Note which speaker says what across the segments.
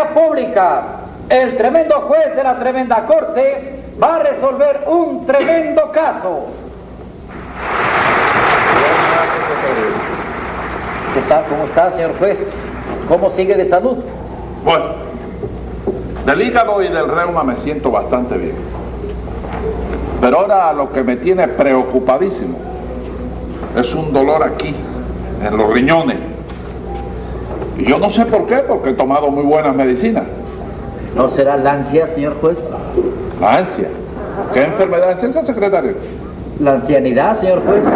Speaker 1: América. El tremendo juez de la tremenda corte va a resolver un tremendo caso. ¿Qué tal? ¿Cómo está, señor juez? ¿Cómo sigue de salud?
Speaker 2: Bueno, del hígado y del reuma me siento bastante bien. Pero ahora lo que me tiene preocupadísimo es un dolor aquí, en los riñones. Y yo no sé por qué, porque he tomado muy buenas medicinas.
Speaker 1: ¿No será la ansia, señor juez?
Speaker 2: La ansia. ¿Qué enfermedad es esa, secretario?
Speaker 1: La ancianidad, señor juez.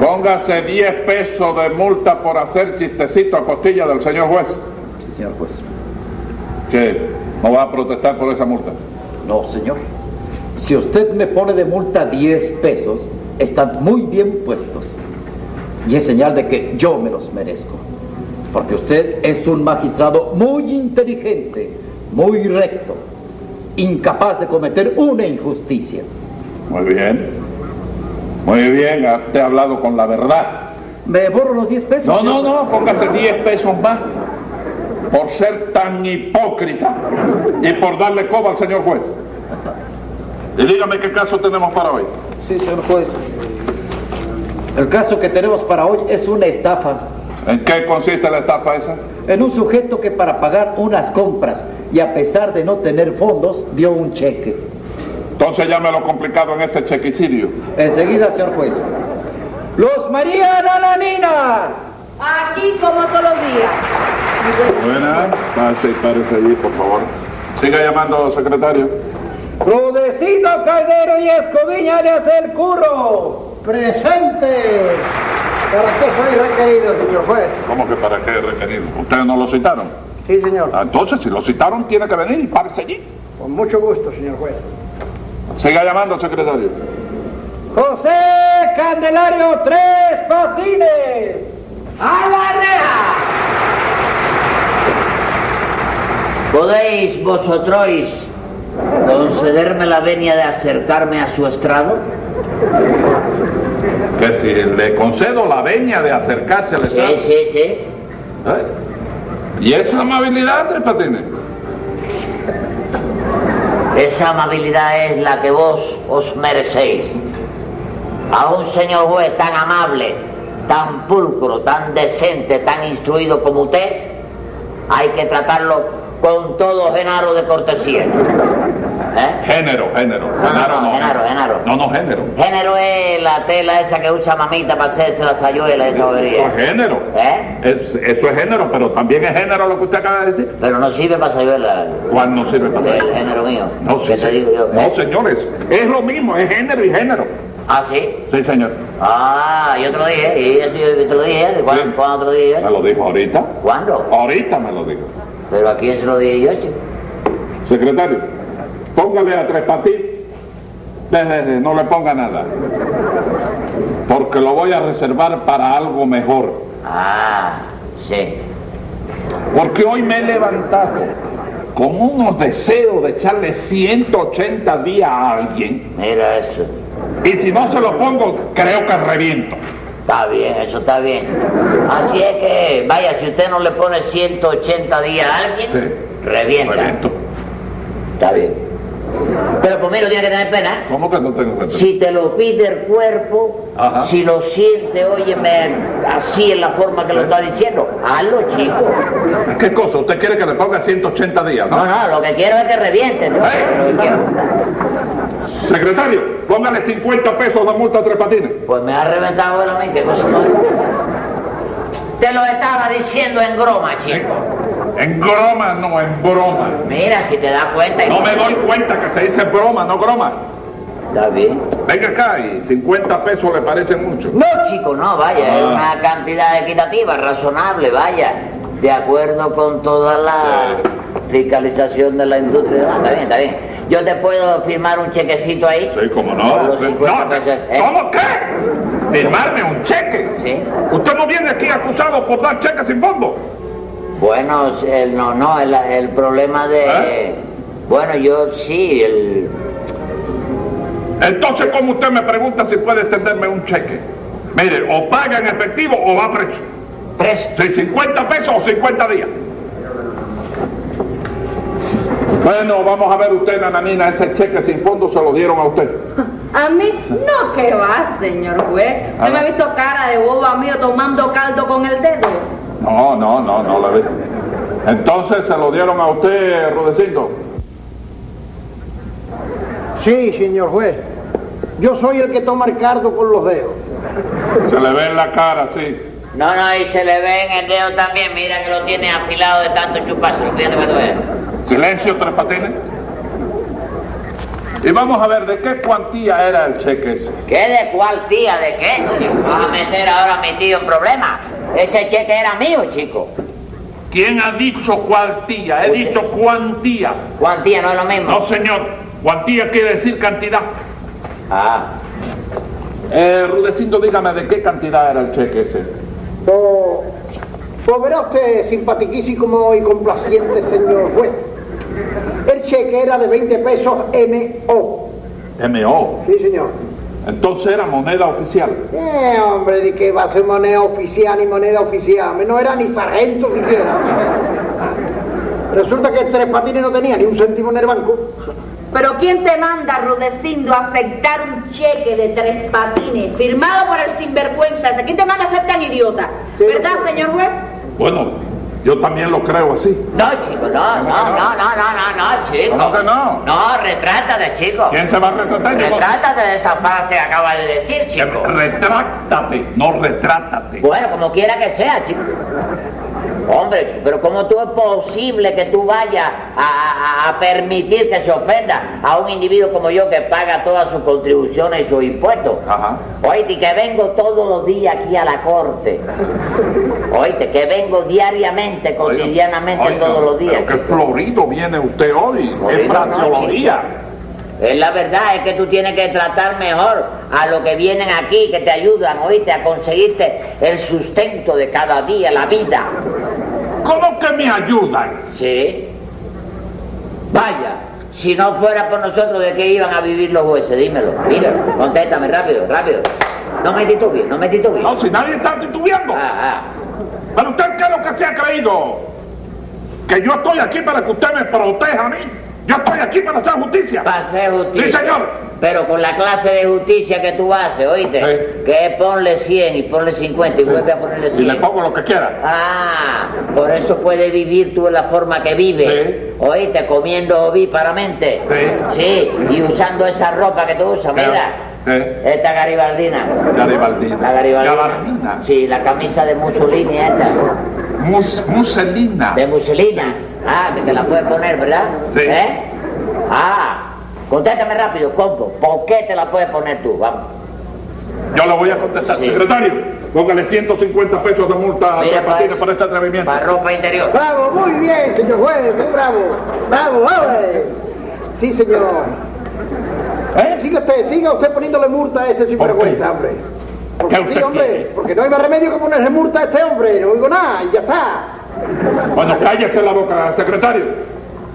Speaker 2: Póngase 10 pesos de multa por hacer chistecito a costilla del señor juez.
Speaker 1: Sí, señor juez.
Speaker 2: Que no va a protestar por esa multa.
Speaker 1: No, señor. Si usted me pone de multa 10 pesos, están muy bien puestos. Y es señal de que yo me los merezco. Porque usted es un magistrado muy inteligente, muy recto, incapaz de cometer una injusticia.
Speaker 2: Muy bien. Muy bien, te he hablado con la verdad.
Speaker 1: ¿Me borro los 10 pesos?
Speaker 2: No, no,
Speaker 1: señor?
Speaker 2: no, póngase 10 pesos más por ser tan hipócrita y por darle coba al señor juez. Y dígame qué caso tenemos para hoy.
Speaker 1: Sí, señor juez. El caso que tenemos para hoy es una estafa.
Speaker 2: ¿En qué consiste la estafa esa?
Speaker 1: En un sujeto que para pagar unas compras y a pesar de no tener fondos, dio un cheque.
Speaker 2: Entonces ya me lo complicado en ese chequicidio.
Speaker 1: Enseguida, señor juez. Los María Nananina.
Speaker 3: Aquí como todos los días.
Speaker 2: Buena, pase y párese allí, por favor. Siga llamando, secretario.
Speaker 1: Rudecindo Caldero y Escoviña le hace el curro.
Speaker 4: Presente. ¿Para qué soy requerido, señor juez?
Speaker 2: ¿Cómo que para qué requerido? ¿Ustedes no lo citaron?
Speaker 4: Sí, señor.
Speaker 2: Ah, Entonces, si lo citaron, tiene que venir y párese allí.
Speaker 4: Con mucho gusto, señor juez.
Speaker 2: Siga llamando, secretario.
Speaker 1: José Candelario Tres Patines.
Speaker 5: ¡A la reja! ¿Podéis vosotros concederme la venia de acercarme a su estrado?
Speaker 2: Que si le concedo la veña de acercarse al
Speaker 5: Sí,
Speaker 2: Estado.
Speaker 5: sí, sí.
Speaker 2: ¿Eh? ¿Y esa amabilidad, Tres Patines?
Speaker 5: Esa amabilidad es la que vos os merecéis. A un señor juez tan amable, tan pulcro, tan decente, tan instruido como usted, hay que tratarlo con todo genaro de cortesía. ¿Eh?
Speaker 2: Género, género.
Speaker 5: no,
Speaker 2: Género, no,
Speaker 5: no, género, género.
Speaker 2: No, no, género.
Speaker 5: Género es la tela esa que usa mamita para hacerse la sayuela, esa
Speaker 2: Eso es
Speaker 5: bobería.
Speaker 2: género.
Speaker 5: ¿Eh?
Speaker 2: Es- eso es género, pero también es género lo que usted acaba de decir.
Speaker 5: Pero no sirve para sayuela
Speaker 2: ¿Cuál no sirve para
Speaker 5: el
Speaker 2: hacer?
Speaker 5: género mío.
Speaker 2: No,
Speaker 5: ¿Qué
Speaker 2: sí,
Speaker 5: te
Speaker 2: sí.
Speaker 5: digo yo?
Speaker 2: no
Speaker 5: ¿Eh?
Speaker 2: señores. Es lo mismo, es género y género.
Speaker 5: ¿Ah, sí?
Speaker 2: Sí, señor.
Speaker 5: Ah, yo te lo dije, y yo te yo te lo dije, ¿y cuándo,
Speaker 2: Sí. Ah.
Speaker 5: cuándo te lo dije?
Speaker 2: Me lo dijo ahorita.
Speaker 5: ¿Cuándo?
Speaker 2: Ahorita me lo dijo.
Speaker 5: Pero a quién se lo dije yo, chico.
Speaker 2: Secretario, póngale a Tres Patines. Ve, ve, ve, no le ponga nada. Porque lo voy a reservar para algo mejor.
Speaker 5: Ah, sí.
Speaker 2: Porque hoy me he levantado con unos deseos de echarle 180 días a alguien.
Speaker 5: Mira eso.
Speaker 2: Y si no se lo pongo, creo que reviento.
Speaker 5: Está bien, eso está bien. Así es que, vaya, si usted no le pone 180 días a alguien,
Speaker 2: Sí.
Speaker 5: revienta.
Speaker 2: Reviento.
Speaker 5: Está bien. Pero conmigo tiene que tener pena. ¿eh?
Speaker 2: ¿Cómo que no tengo cuenta?
Speaker 5: Si te lo pide el cuerpo,
Speaker 2: Ajá.
Speaker 5: si lo siente, óyeme, así en la forma que lo está diciendo, hazlo, chico.
Speaker 2: ¿Qué cosa? ¿Usted quiere que le ponga 180 días, no?
Speaker 5: No, no, lo que quiero es que reviente. ¿no?
Speaker 2: ¡Eh!
Speaker 5: Lo que quiero.
Speaker 2: Secretario, póngale 50 pesos de multa a Tres Patines.
Speaker 5: Pues me ha reventado ahora a mí, qué cosa no es? Te lo estaba diciendo en broma, chico.
Speaker 2: En broma, no, en broma.
Speaker 5: Mira, si te das cuenta.
Speaker 2: No me doy cuenta que se dice broma, no broma.
Speaker 5: Está bien.
Speaker 2: Venga acá y 50 pesos le parece mucho.
Speaker 5: No, chico, no, vaya, es
Speaker 2: Ah.
Speaker 5: una cantidad equitativa, razonable, vaya. De acuerdo con toda la fiscalización de la industria. Ah, está bien, está bien. Yo te puedo firmar un chequecito ahí.
Speaker 2: Sí, como
Speaker 5: Por
Speaker 2: no.
Speaker 5: los
Speaker 2: No,
Speaker 5: 50 pesos, ¿eh?
Speaker 2: ¿Cómo qué? Firmarme un cheque.
Speaker 5: Sí.
Speaker 2: Usted no viene aquí acusado por dar cheques sin fondo.
Speaker 5: Bueno, el, no, no, el, el problema de...
Speaker 2: ¿Eh?
Speaker 5: Bueno, yo sí, el...
Speaker 2: Entonces, ¿cómo usted me pregunta si puede extenderme un cheque? Mire, o paga en efectivo o va preso.
Speaker 5: Preso.
Speaker 2: Si 50 pesos o 50 días. Bueno, vamos a ver usted, nananina, ese cheque sin fondo se lo dieron a usted.
Speaker 3: A mí, no que va, señor juez.
Speaker 2: A
Speaker 3: ¿Usted me ha
Speaker 2: ver.
Speaker 3: visto cara de boba mío tomando caldo con el dedo?
Speaker 2: No, no, no, no la dije. Entonces se lo dieron a usted, Rudecindo.
Speaker 4: Sí, señor juez. Yo soy el que toma el cardo con los dedos.
Speaker 2: Se le ve en la cara, sí.
Speaker 5: No, no, y se le ve en el dedo también, mira que lo tiene afilado de tanto chuparse los dedos que todavía.
Speaker 2: Silencio, tres patines. Y vamos a ver de qué cuantía era el cheque ese.
Speaker 5: ¿Qué de cuál tía? ¿De qué, chico? Vas a meter ahora a mi tío en problemas. Ese cheque era mío, chico.
Speaker 2: ¿Quién ha dicho cuantía? He
Speaker 5: Usted.
Speaker 2: dicho cuantía.
Speaker 5: ¿Cuál tía? No es lo mismo.
Speaker 2: No, señor. Cuantía quiere decir cantidad.
Speaker 5: Ah,
Speaker 2: Eh, Rudecindo, dígame de qué cantidad era el cheque ese.
Speaker 4: Pero, pues verá usted, simpatiquísimo y complaciente, señor juez. El cheque era de 20 pesos NO.
Speaker 2: M.O.
Speaker 4: Sí, señor.
Speaker 2: Entonces era moneda oficial.
Speaker 4: Eh, hombre, ni que va a ser moneda oficial ni moneda oficial. Hombre, No era ni sargento siquiera. Resulta que Tres Patines no tenía ni un céntimo en el banco.
Speaker 3: Pero ¿quién te manda, Rudecindo, a aceptar un cheque de tres patines firmado por el sinvergüenza? ese? ¿Quién te manda a ser tan idiota?
Speaker 4: Sí,
Speaker 3: ¿Verdad,
Speaker 4: doctor.
Speaker 3: señor juez?
Speaker 2: Bueno, yo también lo creo así.
Speaker 5: no, chico, no, no, no, no, no, no, no, chico.
Speaker 2: ¿Cómo que no?
Speaker 5: No, retrátate, chico.
Speaker 2: ¿Quién se va a retratar? Yo no-
Speaker 5: Retrátate de esa frase que acaba de decir, chico.
Speaker 2: Retráctate, no retrátate.
Speaker 5: Bueno, como quiera que sea, chico. Hombre, chico, pero ¿cómo tú es posible que tú vayas a, a- a permitir que se ofenda a un individuo como yo que paga todas sus contribuciones y sus impuestos?
Speaker 2: Ajá.
Speaker 5: Oíste, que vengo todos los días aquí a la corte. Oíste, que vengo diariamente, cotidianamente,
Speaker 2: Oiga,
Speaker 5: todos los días.
Speaker 2: Pero qué florido viene usted hoy. Es
Speaker 5: Florido no,
Speaker 2: fraseología.
Speaker 5: Es la verdad, es que tú tienes que tratar mejor a los que vienen aquí, que te ayudan, oíste, a conseguirte el sustento de cada día, la vida.
Speaker 2: ¿Cómo que me ayudan?
Speaker 5: Sí. Vaya, si no fuera por nosotros, ¿de qué iban a vivir los jueces? Dímelo, dímelo, contéstame rápido, rápido. No me titubees, no me titubees.
Speaker 2: No, si nadie está titubeando.
Speaker 5: Ah, ah.
Speaker 2: Pero usted, ¿qué es lo que se ha creído? Que yo estoy aquí para que usted me proteja a mí. Yo estoy aquí para hacer justicia.
Speaker 5: Para hacer justicia.
Speaker 2: Sí, señor.
Speaker 5: Pero con la clase de justicia que tú haces, oíste,
Speaker 2: Sí.
Speaker 5: que es ponle 100 y ponle 50 y vuelve a ponerle
Speaker 2: Y
Speaker 5: 100.
Speaker 2: le pongo lo que quiera.
Speaker 5: Ah, por eso puedes vivir tú en la forma que vives.
Speaker 2: Sí.
Speaker 5: Oíste, comiendo ovíparamente.
Speaker 2: Sí.
Speaker 5: Sí, y usando esa ropa que tú usas, mira.
Speaker 2: Eh,
Speaker 5: Esta garibaldina.
Speaker 2: Garibaldina.
Speaker 5: La garibaldina.
Speaker 2: Gabardina.
Speaker 5: Sí, la camisa de Mussolini esta.
Speaker 2: Mus- Muselina.
Speaker 5: De Mussolina. Ah, que se la puede poner, ¿verdad?
Speaker 2: Sí.
Speaker 5: ¿Eh? Ah, contéstame rápido, compo. ¿Por qué te la puedes poner tú? Vamos.
Speaker 2: Yo le voy a contestar.
Speaker 5: Sí.
Speaker 2: Secretario, póngale 150 pesos de multa a
Speaker 5: Mira,
Speaker 2: Tres
Speaker 5: pa-
Speaker 2: Patines por este atrevimiento.
Speaker 5: Para ropa interior.
Speaker 4: Bravo, muy bien, señor juez, muy bravo. Bravo, bravo. Sí, señor.
Speaker 2: ¿Eh?
Speaker 4: Siga usted, siga usted poniéndole multa a este sinvergüenza, hombre. Porque
Speaker 2: ¿Qué usted
Speaker 4: sí, hombre,
Speaker 2: quiere?
Speaker 4: porque no hay más remedio que ponerle multa a este hombre, no digo nada, y ya está.
Speaker 2: Bueno, cállese la boca, secretario.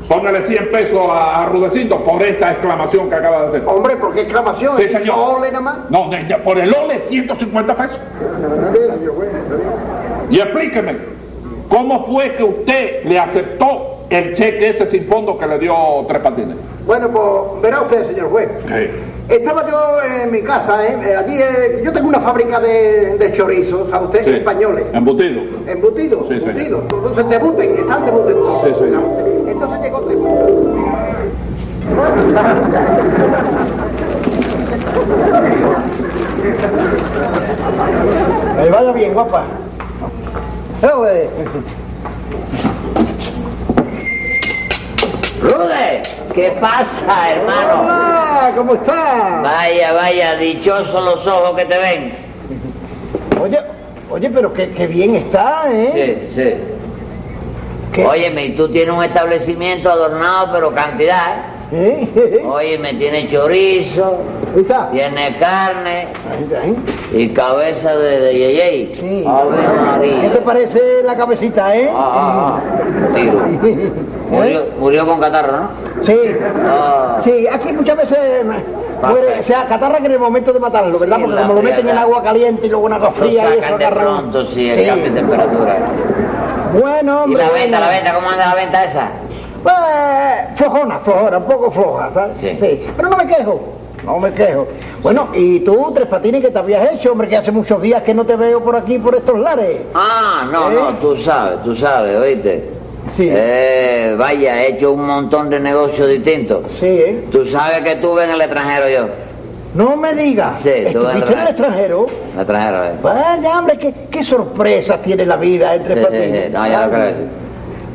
Speaker 2: Póngale 100 pesos a, a Rudecindo por esa exclamación que acaba de hacer.
Speaker 4: Hombre, ¿por qué exclamación?
Speaker 2: Sí,
Speaker 4: ¿Es
Speaker 2: señor.
Speaker 4: ole nada más?
Speaker 2: No, de- de- por el ole 150 pesos.
Speaker 4: Sí, señor juez.
Speaker 2: Y explíqueme, ¿cómo fue que usted le aceptó el cheque ese sin fondo que le dio Tres Patines?
Speaker 4: Bueno, pues verá usted, señor juez. Estaba yo en mi casa, ¿eh? allí eh, yo tengo una fábrica de, de chorizos, a usted,
Speaker 2: Sí.
Speaker 4: españoles.
Speaker 2: Embutido.
Speaker 4: Embutidos,
Speaker 2: Sí, señor.
Speaker 4: embutidos. Entonces debuten, están debuten.
Speaker 2: Sí, señor.
Speaker 4: Entonces llegó este. Tebuten. Ahí vaya bien, guapa.
Speaker 5: Rude, ¿qué pasa, hermano?
Speaker 4: Hola, Ah, ¿cómo está?
Speaker 5: Vaya, vaya, dichosos los ojos que te ven.
Speaker 4: Oye, oye, pero qué, qué bien está, ¿eh?
Speaker 5: Sí, sí.
Speaker 4: ¿Qué?
Speaker 5: Óyeme, y tú tienes un establecimiento adornado, pero cantidad. ¿eh?
Speaker 4: ¿Eh?
Speaker 5: Óyeme, tiene chorizo,
Speaker 4: Ahí está.
Speaker 5: tiene carne
Speaker 4: Ahí está, ¿eh?
Speaker 5: y cabeza de, de yeyey.
Speaker 4: Sí.
Speaker 5: Ave María.
Speaker 4: ¿Qué te parece la cabecita, eh?
Speaker 5: Ah, ah, ah. Tiro. Murió, murió con catarro, ¿no?
Speaker 4: Sí.
Speaker 5: Ah.
Speaker 4: Sí, aquí muchas veces me- muere, se acatarran en el momento de matarlo, ¿verdad?
Speaker 5: Sí,
Speaker 4: Porque
Speaker 5: la
Speaker 4: como lo meten
Speaker 5: friega.
Speaker 4: en agua caliente y luego en agua
Speaker 5: Lo
Speaker 4: fría y eso
Speaker 5: sacan de
Speaker 4: agarran-
Speaker 5: pronto, sí, el
Speaker 4: Sí.
Speaker 5: cambio de temperatura.
Speaker 4: Bueno,
Speaker 5: ¿Y
Speaker 4: hombre.
Speaker 5: la venta, la venta? ¿Cómo anda la venta esa?
Speaker 4: Pues, flojona, flojona, un poco floja, ¿sabes?
Speaker 5: Sí.
Speaker 4: Pero no me quejo, no me quejo. Bueno, y tú, Tres Patines, que te habías hecho, hombre, que hace muchos días que no te veo por aquí, por estos lares.
Speaker 5: Ah, no,
Speaker 4: ¿Eh?
Speaker 5: no, tú sabes, tú sabes, oíste.
Speaker 4: Sí.
Speaker 5: Eh, vaya, he hecho un montón de negocios distintos.
Speaker 4: Sí, ¿eh?
Speaker 5: Tú sabes que tuve en el extranjero yo.
Speaker 4: No me digas.
Speaker 5: Sí, tú vas
Speaker 4: ¿Estuviste en
Speaker 5: a
Speaker 4: el
Speaker 5: hablar.
Speaker 4: extranjero?
Speaker 5: En el extranjero, eh.
Speaker 4: Vaya, hombre, qué, qué sorpresas tiene la vida entre
Speaker 5: Sí, sí,
Speaker 4: patines.
Speaker 5: sí, no, ya lo creo. sí.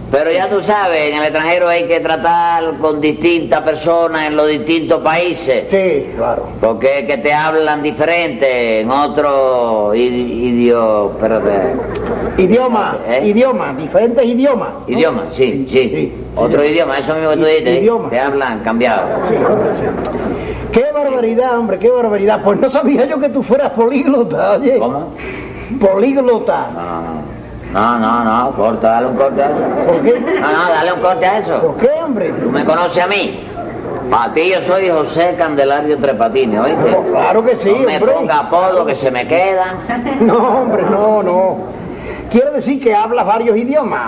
Speaker 5: Pero ya tú sabes, en el extranjero hay que tratar con distintas personas en los distintos países.
Speaker 4: Sí, claro.
Speaker 5: Porque es que te hablan diferente en otro idi- idio- espérate,
Speaker 4: Idioma,
Speaker 5: ¿Eh?
Speaker 4: idioma, diferentes idiomas.
Speaker 5: idioma, sí, sí,
Speaker 4: Sí,
Speaker 5: otro
Speaker 4: idioma.
Speaker 5: idioma, eso mismo que tú
Speaker 4: I-
Speaker 5: dices, ¿eh?
Speaker 4: idioma.
Speaker 5: te hablan cambiado.
Speaker 4: Sí, hombre, sí. Qué barbaridad, hombre, qué barbaridad. Pues no sabía yo que tú fueras políglota, oye.
Speaker 5: ¿Cómo?
Speaker 4: Políglota.
Speaker 5: No, no, no, no, corta, dale un corte a eso.
Speaker 4: ¿Por qué?
Speaker 5: No, no, dale un corte a eso.
Speaker 4: ¿Por qué, hombre?
Speaker 5: Tú me conoces a mí. Para ti yo soy José Candelario Trepatini, ¿oíste?
Speaker 4: Pues claro que sí,
Speaker 5: no me
Speaker 4: hombre.
Speaker 5: ponga apodo que se me quedan.
Speaker 4: No, hombre, no, no. Quiero decir que hablas varios idiomas.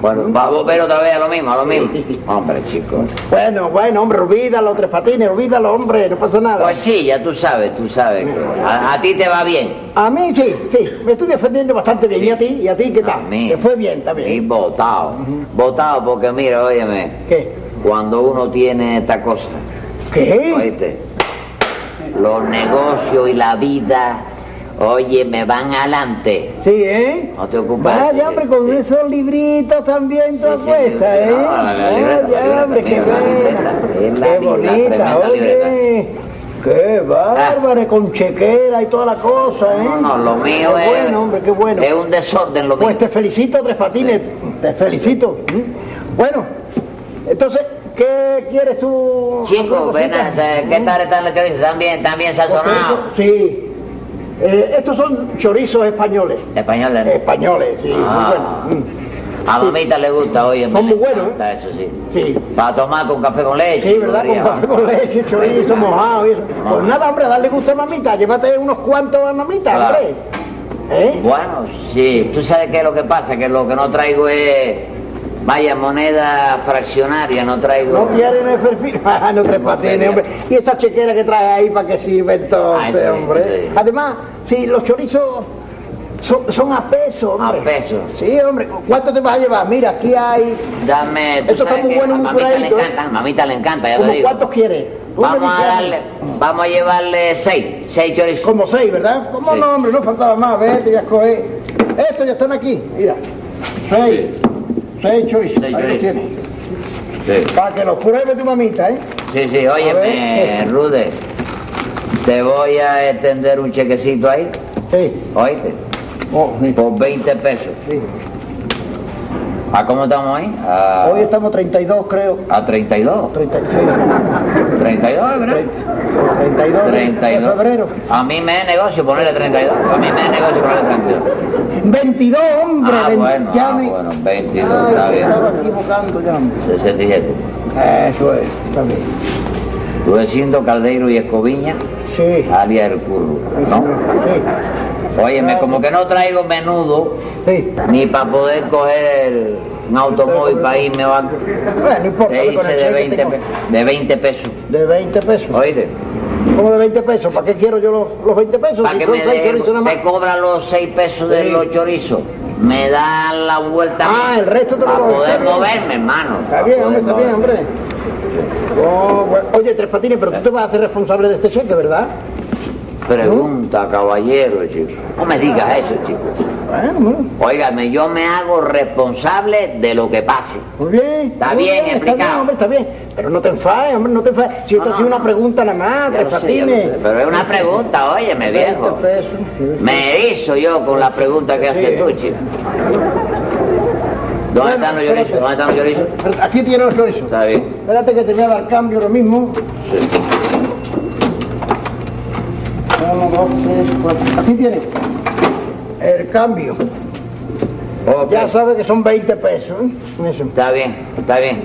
Speaker 5: Bueno, vamos a ver otra vez a lo mismo, a lo mismo. Hombre, chico.
Speaker 4: Bueno, bueno, hombre, olvídalo, tres patines, olvídalo, hombre, no pasa nada.
Speaker 5: Pues sí, ya tú sabes, tú sabes. que A, a ti te va bien.
Speaker 4: A mí sí, sí, me estoy defendiendo bastante bien. ¿Y a ti? ¿Y a ti qué
Speaker 5: A
Speaker 4: tal?
Speaker 5: mí.
Speaker 4: Te fue bien también.
Speaker 5: Y votado. Votado porque mira, óyeme,
Speaker 4: ¿Qué?
Speaker 5: cuando uno tiene esta cosa,
Speaker 4: ¿Qué?
Speaker 5: ¿oíste? Los negocios y la vida, oye, me van adelante.
Speaker 4: Sí, ¿eh?
Speaker 5: No te ocupes.
Speaker 4: Vaya, hombre, con
Speaker 5: Sí.
Speaker 4: esos libritos también te
Speaker 5: Sí, sí, sí,
Speaker 4: cuesta,
Speaker 5: sí.
Speaker 4: ¿eh?
Speaker 5: No, la- la libreta, la
Speaker 4: Vaya,
Speaker 5: libreta,
Speaker 4: hombre, qué
Speaker 5: mira, la
Speaker 4: buena.
Speaker 5: libreta, es la
Speaker 4: Qué
Speaker 5: vida,
Speaker 4: bonita,
Speaker 5: tremenda Ah.
Speaker 4: oye. Qué bárbara, con chequera y toda la cosa, ¿eh?
Speaker 5: No, no, lo mío
Speaker 4: qué
Speaker 5: es.
Speaker 4: bueno, hombre, qué bueno.
Speaker 5: Es un desorden lo mío.
Speaker 4: Pues te felicito, Tres Patines, te felicito. ¿Mm? Bueno, entonces, ¿qué quieres tú?
Speaker 5: Chico,
Speaker 4: alguna
Speaker 5: ven,
Speaker 4: cosita?
Speaker 5: eh, ¿qué tal están los chorizos? ¿Están bien, están bien sazonados?
Speaker 4: Sí. Eh, estos son chorizos españoles.
Speaker 5: Españoles. ¿no?
Speaker 4: Eh, Españoles, sí,
Speaker 5: Ah.
Speaker 4: muy buenos.
Speaker 5: ¿eh? A mamita le gusta, oye.
Speaker 4: Son muy
Speaker 5: me
Speaker 4: buenos,
Speaker 5: encanta Eso sí.
Speaker 4: Mm, Sí,
Speaker 5: Para tomar con café con leche.
Speaker 4: sí, ¿verdad? Con
Speaker 5: podría,
Speaker 4: café
Speaker 5: vamos.
Speaker 4: con leche, chorizo, mojado y eso.
Speaker 5: Ah.
Speaker 4: Pues nada, hombre, darle gusto a mamita. Llévate unos cuantos a mamita,
Speaker 5: Claro.
Speaker 4: hombre. ¿Eh?
Speaker 5: Bueno, sí. Tú sabes qué es lo que pasa, que lo que no traigo es. Vaya, moneda fraccionaria, no traigo.
Speaker 4: No quieren el perfil. Ah, no tres patines, hombre. ¿Y esa chequera que traes ahí para qué sirve
Speaker 5: Ah,
Speaker 4: entonces,
Speaker 5: sí,
Speaker 4: hombre?
Speaker 5: sí.
Speaker 4: Además, sí, los chorizos son, son a peso, hombre.
Speaker 5: A peso.
Speaker 4: Sí, hombre. ¿Cuánto te vas a llevar? Mira, aquí hay.
Speaker 5: Dame. tú
Speaker 4: Esto está
Speaker 5: sabes
Speaker 4: muy
Speaker 5: que
Speaker 4: bueno,
Speaker 5: a
Speaker 4: un
Speaker 5: mamita le
Speaker 4: curadito, ¿eh?
Speaker 5: encanta, a mamita le encanta, ya te
Speaker 4: ¿Cómo
Speaker 5: digo.
Speaker 4: cuántos quieres? Tú me
Speaker 5: Vamos a
Speaker 4: dices,
Speaker 5: darle, vamos a llevarle seis, seis chorizos.
Speaker 4: Como seis, ¿verdad? ¿Cómo
Speaker 5: Sí.
Speaker 4: no, hombre? No faltaba más. Vete, voy a escoger. Estos ya están aquí. Mira. Seis. Seis chorizos.
Speaker 5: Seis
Speaker 4: Ahí los
Speaker 5: chorizos.
Speaker 4: tienes.
Speaker 5: Sí.
Speaker 4: Para que los pruebe tu mamita, ¿eh?
Speaker 5: Sí, sí, óyeme,
Speaker 4: ver.
Speaker 5: Rude. Te voy a extender un chequecito ahí,
Speaker 4: Sí.
Speaker 5: oíste,
Speaker 4: Oh, sí.
Speaker 5: por 20 pesos.
Speaker 4: Sí.
Speaker 5: ¿A cómo estamos ahí? A,
Speaker 4: Hoy estamos 32, creo.
Speaker 5: a 32.
Speaker 4: 36.
Speaker 5: 32, ¿verdad?
Speaker 4: 32 de- de
Speaker 5: 32.
Speaker 4: febrero.
Speaker 5: A mí me es negocio ponerle 32. A mí me es negocio ponerle 32.
Speaker 4: 22, hombre.
Speaker 5: Ah,
Speaker 4: 20,
Speaker 5: bueno,
Speaker 4: ya
Speaker 5: ah,
Speaker 4: me-
Speaker 5: bueno, 22,
Speaker 4: Ay,
Speaker 5: está
Speaker 4: me
Speaker 5: bien.
Speaker 4: estaba equivocando ya, hombre.
Speaker 5: 67.
Speaker 4: Eso es, está bien.
Speaker 5: Rudecindo Caldeiro y Escoviña,
Speaker 4: Sí.
Speaker 5: alias El Curro, ¿no? Óyeme, como que no traigo menudo,
Speaker 4: Sí. Sí.
Speaker 5: ni para poder coger el- un automóvil para irme o algo.
Speaker 4: Bueno, no importa.
Speaker 5: Te
Speaker 4: hombre, con
Speaker 5: hice
Speaker 4: el
Speaker 5: de
Speaker 4: cheque
Speaker 5: 20,
Speaker 4: tengo-
Speaker 5: pe- de 20 pesos.
Speaker 4: De 20 pesos.
Speaker 5: Oíste,
Speaker 4: ¿Cómo de 20 pesos? ¿Para qué quiero yo los, los 20 pesos?
Speaker 5: para
Speaker 4: Si
Speaker 5: que
Speaker 4: son
Speaker 5: me
Speaker 4: seis
Speaker 5: dé,
Speaker 4: chorizos nada más.
Speaker 5: me cobra los 6 pesos de
Speaker 4: Sí.
Speaker 5: los chorizos. Me da la vuelta
Speaker 4: Ah, el resto te lo
Speaker 5: para
Speaker 4: doy, está
Speaker 5: poder
Speaker 4: bien.
Speaker 5: moverme, hermano.
Speaker 4: Está
Speaker 5: pa'
Speaker 4: bien, hombre,
Speaker 5: poder
Speaker 4: está bien,
Speaker 5: moverme.
Speaker 4: hombre. Oh, bueno. Oye, Tres Patines, pero tú te vas a hacer responsable de este cheque, ¿verdad?
Speaker 5: Pregunta, caballero, chico. No me digas eso, chico.
Speaker 4: Bueno, bueno.
Speaker 5: Óigame, yo me hago responsable de lo que pase.
Speaker 4: Muy bien.
Speaker 5: Está
Speaker 4: muy
Speaker 5: bien
Speaker 4: Está bien,
Speaker 5: explicado.
Speaker 4: hombre, está bien. Pero no te enfades, hombre, no te enfades. Si
Speaker 5: No,
Speaker 4: esto ha
Speaker 5: no,
Speaker 4: sido una
Speaker 5: no.
Speaker 4: pregunta nada más,
Speaker 5: Ya
Speaker 4: Tres
Speaker 5: lo sé, ya lo
Speaker 4: Patines.
Speaker 5: sé, pero es una pregunta, óyeme,
Speaker 4: 20
Speaker 5: viejo.
Speaker 4: pesos.
Speaker 5: Me hizo yo con la pregunta que haces tú, chico. ¿Dónde están los chorizos? ¿Dónde están los chorizos?
Speaker 4: Pero Aquí tiene los chorizos.
Speaker 5: Está bien.
Speaker 4: Espérate que te voy a dar cambio ahora mismo. Uno, dos, tres, cuatro. Aquí tiene el cambio.
Speaker 5: Ok.
Speaker 4: Ya sabe que son 20 pesos. ¿eh? Eso.
Speaker 5: Está bien, está bien.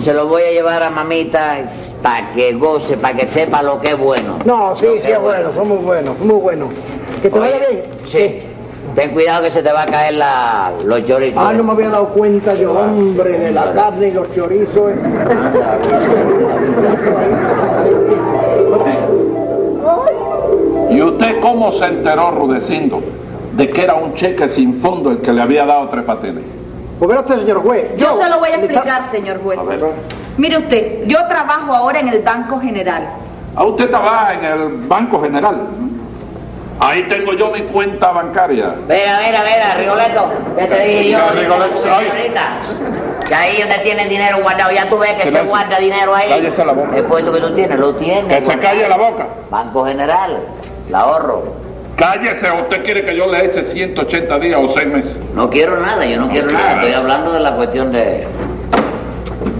Speaker 5: Se lo voy a llevar a mamita para que goce, para que sepa lo que es bueno.
Speaker 4: No, sí,
Speaker 5: Lo que
Speaker 4: sí, es bueno, son muy buenos, muy buenos. Que te
Speaker 5: Oye,
Speaker 4: vaya bien.
Speaker 5: Sí. Ten cuidado que se te va a caer la, los choritos.
Speaker 4: Ah, no me había dado cuenta yo, hombre, de la carne y los chorizos. ¿eh?
Speaker 2: ¿Y usted cómo se enteró, Rudecindo, de que era un cheque sin fondo el que le había dado Tres Patines?
Speaker 4: Pues verá usted, señor juez.
Speaker 3: Yo se lo voy a
Speaker 4: le está-
Speaker 3: explicar, señor juez.
Speaker 2: A ver.
Speaker 3: Mire usted, yo trabajo ahora en el Banco General.
Speaker 2: Ah, usted trabaja en el Banco General. Ahí tengo yo mi cuenta bancaria.
Speaker 5: Mira, mira, mira, Rigoletto, que te dije yo.
Speaker 2: Venga, Rigoletto, ay.
Speaker 5: señorita, Que ahí donde tienen dinero guardado, ya tú ves que se
Speaker 2: Silencio.
Speaker 5: guarda dinero ahí.
Speaker 2: Cállese la boca.
Speaker 5: El puesto que tú tienes, lo tienes.
Speaker 2: Que se
Speaker 5: guardado.
Speaker 2: calle la boca.
Speaker 5: Banco General, el ahorro.
Speaker 2: Cállese, o usted quiere que yo le eche 180 días o 6 meses.
Speaker 5: No quiero nada, yo no, quiero
Speaker 2: quiere
Speaker 5: nada.
Speaker 2: nada.
Speaker 5: Estoy hablando de la cuestión de.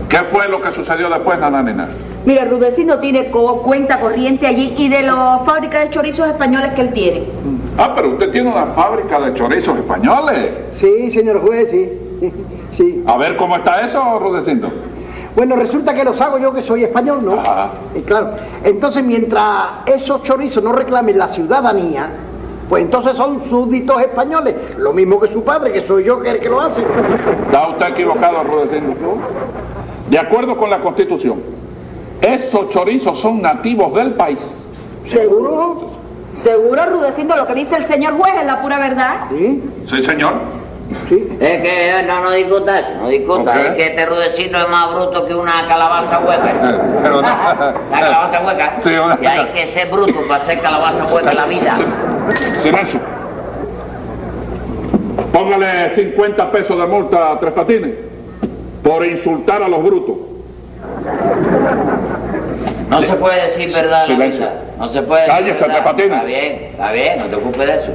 Speaker 2: ¿Qué fue lo que sucedió después, nananina?
Speaker 3: Mire, Rudecindo tiene co- cuenta corriente allí y de las fábricas de chorizos españoles que él tiene.
Speaker 2: Ah, pero usted tiene una fábrica de chorizos españoles.
Speaker 4: Sí, señor juez, sí. Sí.
Speaker 2: A ver cómo está eso, Rudecindo.
Speaker 4: Bueno, resulta que los hago yo que soy español, ¿no?
Speaker 2: Ajá.
Speaker 4: Y claro. Entonces, mientras esos chorizos no reclamen la ciudadanía, pues entonces son súbditos españoles. Lo mismo que su padre, que soy yo que el que lo hace.
Speaker 2: Está usted equivocado, Rudecindo. De acuerdo con la Constitución, esos chorizos son nativos del país.
Speaker 4: ¿Seguro?
Speaker 3: Seguro, Rudecindo, lo que dice el señor juez es la pura verdad.
Speaker 4: Sí,
Speaker 2: Sí, señor.
Speaker 4: sí.
Speaker 5: Es que eh, no, no discutas, no discutas.
Speaker 2: Ok.
Speaker 5: Es que este rudecino es más bruto que una calabaza hueca.
Speaker 2: Pero
Speaker 5: La calabaza hueca.
Speaker 2: Sí, una-
Speaker 5: Y hay que ser bruto para hacer calabaza hueca en la vida.
Speaker 2: Silencio. Póngale 50 pesos de multa a Tres Patines por insultar a los brutos.
Speaker 5: No se puede decir verdad. en la
Speaker 2: Silencio.
Speaker 5: vida. No se puede decir
Speaker 2: Cállese,
Speaker 5: verdad.
Speaker 2: Tapatina.
Speaker 5: Está bien, está bien, no te ocupes de eso.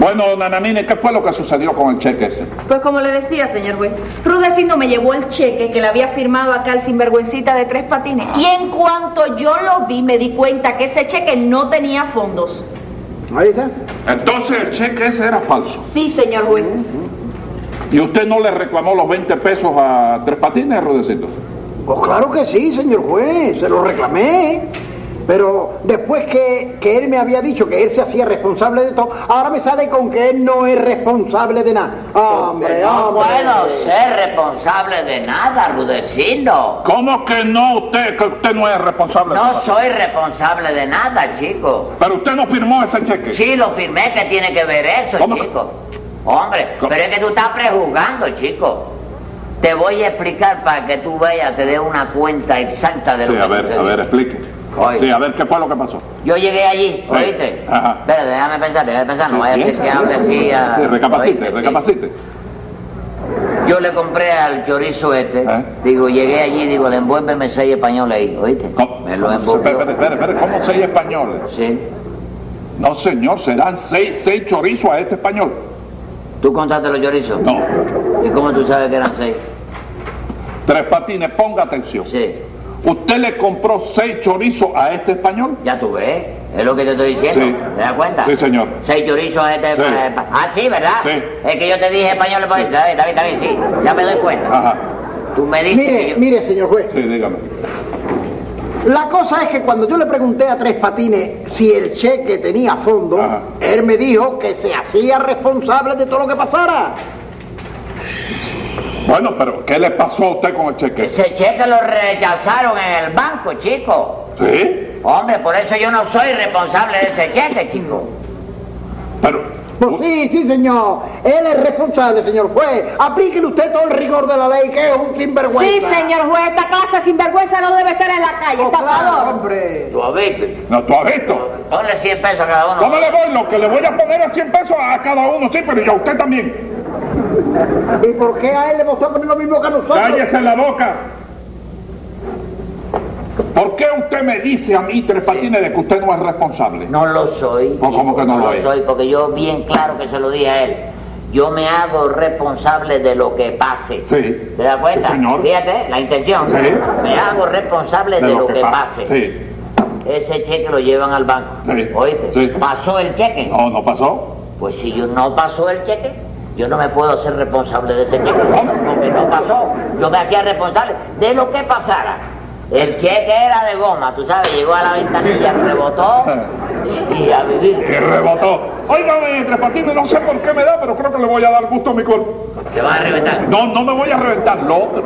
Speaker 2: Bueno, Nananine, ¿qué fue lo que sucedió con el cheque ese?
Speaker 3: Pues como le decía, señor juez, Rudecindo me llevó el cheque que le había firmado acá el sinvergüencita de tres patines. Y en cuanto yo lo vi, me di cuenta que ese cheque no tenía fondos.
Speaker 4: Ahí está.
Speaker 2: Entonces el cheque ese era falso.
Speaker 3: Sí, señor juez.
Speaker 2: ¿Y usted no le reclamó los 20 pesos a Tres Patines, Rudecito?
Speaker 4: Pues claro que sí, señor juez, se lo reclamé. Pero después que, que él me había dicho que él se hacía responsable de todo, ahora me sale con que él no es responsable de nada. Hombre,
Speaker 5: no
Speaker 4: hombre.
Speaker 5: puedo ser responsable de nada, Rudecindo.
Speaker 2: ¿Cómo que no usted, que usted no es responsable?
Speaker 5: No soy responsable de nada, chico.
Speaker 2: Pero usted no firmó ese cheque.
Speaker 5: Sí, lo firmé, que tiene que ver eso,
Speaker 2: ¿Cómo que-
Speaker 5: chico? Hombre,
Speaker 2: ¿Cómo?
Speaker 5: pero es que tú estás prejuzgando, chico. Te voy a explicar para que tú veas, te dé una cuenta exacta de lo
Speaker 2: Sí,
Speaker 5: que
Speaker 2: a ver,
Speaker 5: sucedió.
Speaker 2: a ver, explique.
Speaker 5: Oye.
Speaker 2: Sí, a ver, ¿qué fue lo que pasó?
Speaker 5: Yo llegué allí,
Speaker 2: Sí,
Speaker 5: ¿oíste?
Speaker 2: ajá.
Speaker 5: Espera, déjame pensar, déjame pensar, Ah, no
Speaker 2: Sí,
Speaker 5: vaya a ser
Speaker 2: piensa,
Speaker 5: que hable
Speaker 2: piensa.
Speaker 5: así a...
Speaker 2: Sí, recapacite,
Speaker 5: ¿oíste? Sí.
Speaker 2: recapacite.
Speaker 5: Yo le compré al chorizo este,
Speaker 2: ¿Eh?
Speaker 5: digo, llegué allí, digo, le envuélveme seis españoles ahí, ¿oíste?
Speaker 2: ¿Cómo?
Speaker 5: Me lo
Speaker 2: ¿Cómo? Espere,
Speaker 5: envolvió.
Speaker 2: espere, espere, ¿cómo seis españoles?
Speaker 5: Sí.
Speaker 2: No, señor, serán seis, seis chorizos a este español.
Speaker 5: ¿Tú contaste los chorizos?
Speaker 2: No.
Speaker 5: ¿Y cómo tú sabes que eran seis?
Speaker 2: Tres patines, ponga atención.
Speaker 5: Sí.
Speaker 2: ¿Usted le compró seis chorizos a este español?
Speaker 5: Ya tú ves, es lo que te estoy diciendo.
Speaker 2: Sí.
Speaker 5: ¿Te das cuenta?
Speaker 2: Sí, señor.
Speaker 5: Seis chorizos este.
Speaker 2: Sí.
Speaker 5: pa- Ah, sí, ¿verdad?
Speaker 2: Sí.
Speaker 5: Es que yo te dije español pues, para Está bien, está bien, está bien, sí. Ya me doy cuenta.
Speaker 2: Ajá.
Speaker 5: Tú me dices que
Speaker 4: Mire,
Speaker 5: yo-
Speaker 4: mire, señor juez.
Speaker 2: Sí, dígame.
Speaker 4: La cosa es que cuando yo le pregunté a Tres Patines si el cheque tenía fondo,
Speaker 2: Ajá.
Speaker 4: él me dijo que se hacía responsable de todo lo que pasara.
Speaker 2: Bueno, pero ¿qué le pasó a usted con el cheque?
Speaker 5: Ese cheque lo rechazaron en el banco, chico.
Speaker 2: ¿Sí?
Speaker 5: Hombre, por eso yo no soy responsable de ese cheque, chico.
Speaker 2: Pero...
Speaker 4: Pues sí, sí, señor. Él es responsable, señor juez. Aplíquele usted todo el rigor de la ley, que es un
Speaker 3: Sí,
Speaker 4: sinvergüenza.
Speaker 3: señor juez, esta clase sinvergüenza no debe estar en la calle,
Speaker 4: Oh,
Speaker 3: está
Speaker 4: claro, hombre.
Speaker 5: Tú has visto.
Speaker 2: ¿No tú has visto?
Speaker 5: Ponle 100 pesos a cada uno.
Speaker 2: ¿Cómo le voy? Lo que le voy a poner a 100 pesos a cada uno, sí, pero y a usted también.
Speaker 4: ¿Y por qué a él le votó a poner lo mismo que a nosotros?
Speaker 2: Cállese la boca. ¿Por qué usted me dice a mí, Tres Patines, de que usted no es responsable?
Speaker 5: No lo soy.
Speaker 2: ¿Cómo- cómo que no lo es?
Speaker 5: soy, porque yo bien claro que se lo dije a él. Yo me hago responsable de lo que pase.
Speaker 2: Sí.
Speaker 5: ¿Te das cuenta?
Speaker 2: Sí, señor.
Speaker 5: Fíjate, la intención.
Speaker 2: Sí.
Speaker 5: Me hago responsable de, lo que, pase.
Speaker 2: Sí.
Speaker 5: Ese cheque lo llevan al banco.
Speaker 2: Sí.
Speaker 5: ¿Oíste?
Speaker 2: Sí.
Speaker 5: ¿Pasó el cheque?
Speaker 2: No, no pasó.
Speaker 5: Pues si yo no pasó el cheque, yo no me puedo hacer responsable de ese cheque. ¿Eh?
Speaker 2: ¿Cómo?
Speaker 5: Porque no pasó. Yo me hacía responsable de lo que pasara. El cheque era de goma, tú sabes, llegó a la ventanilla, rebotó y a
Speaker 2: Y
Speaker 5: vivir.
Speaker 2: rebotó. Óigame, Tres Patines, no sé por qué me da, pero creo que le voy a dar gusto a mi cuerpo.
Speaker 5: Te va a reventar.
Speaker 2: No, no me voy a reventar. Lo otro.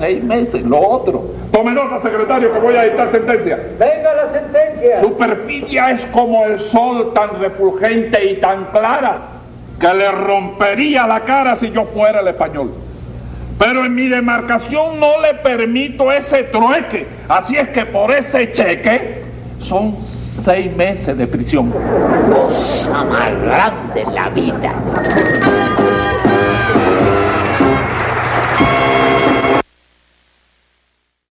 Speaker 2: Seis meses, lo otro. Tome nota, secretario, que voy a dictar sentencia.
Speaker 6: Venga la sentencia.
Speaker 2: Su perfidia es como el sol tan refulgente y tan clara que le rompería la cara si yo fuera el español. Pero en mi demarcación no le permito ese trueque. Así es que por ese cheque son seis meses de prisión.
Speaker 5: Cosa más grande en la vida.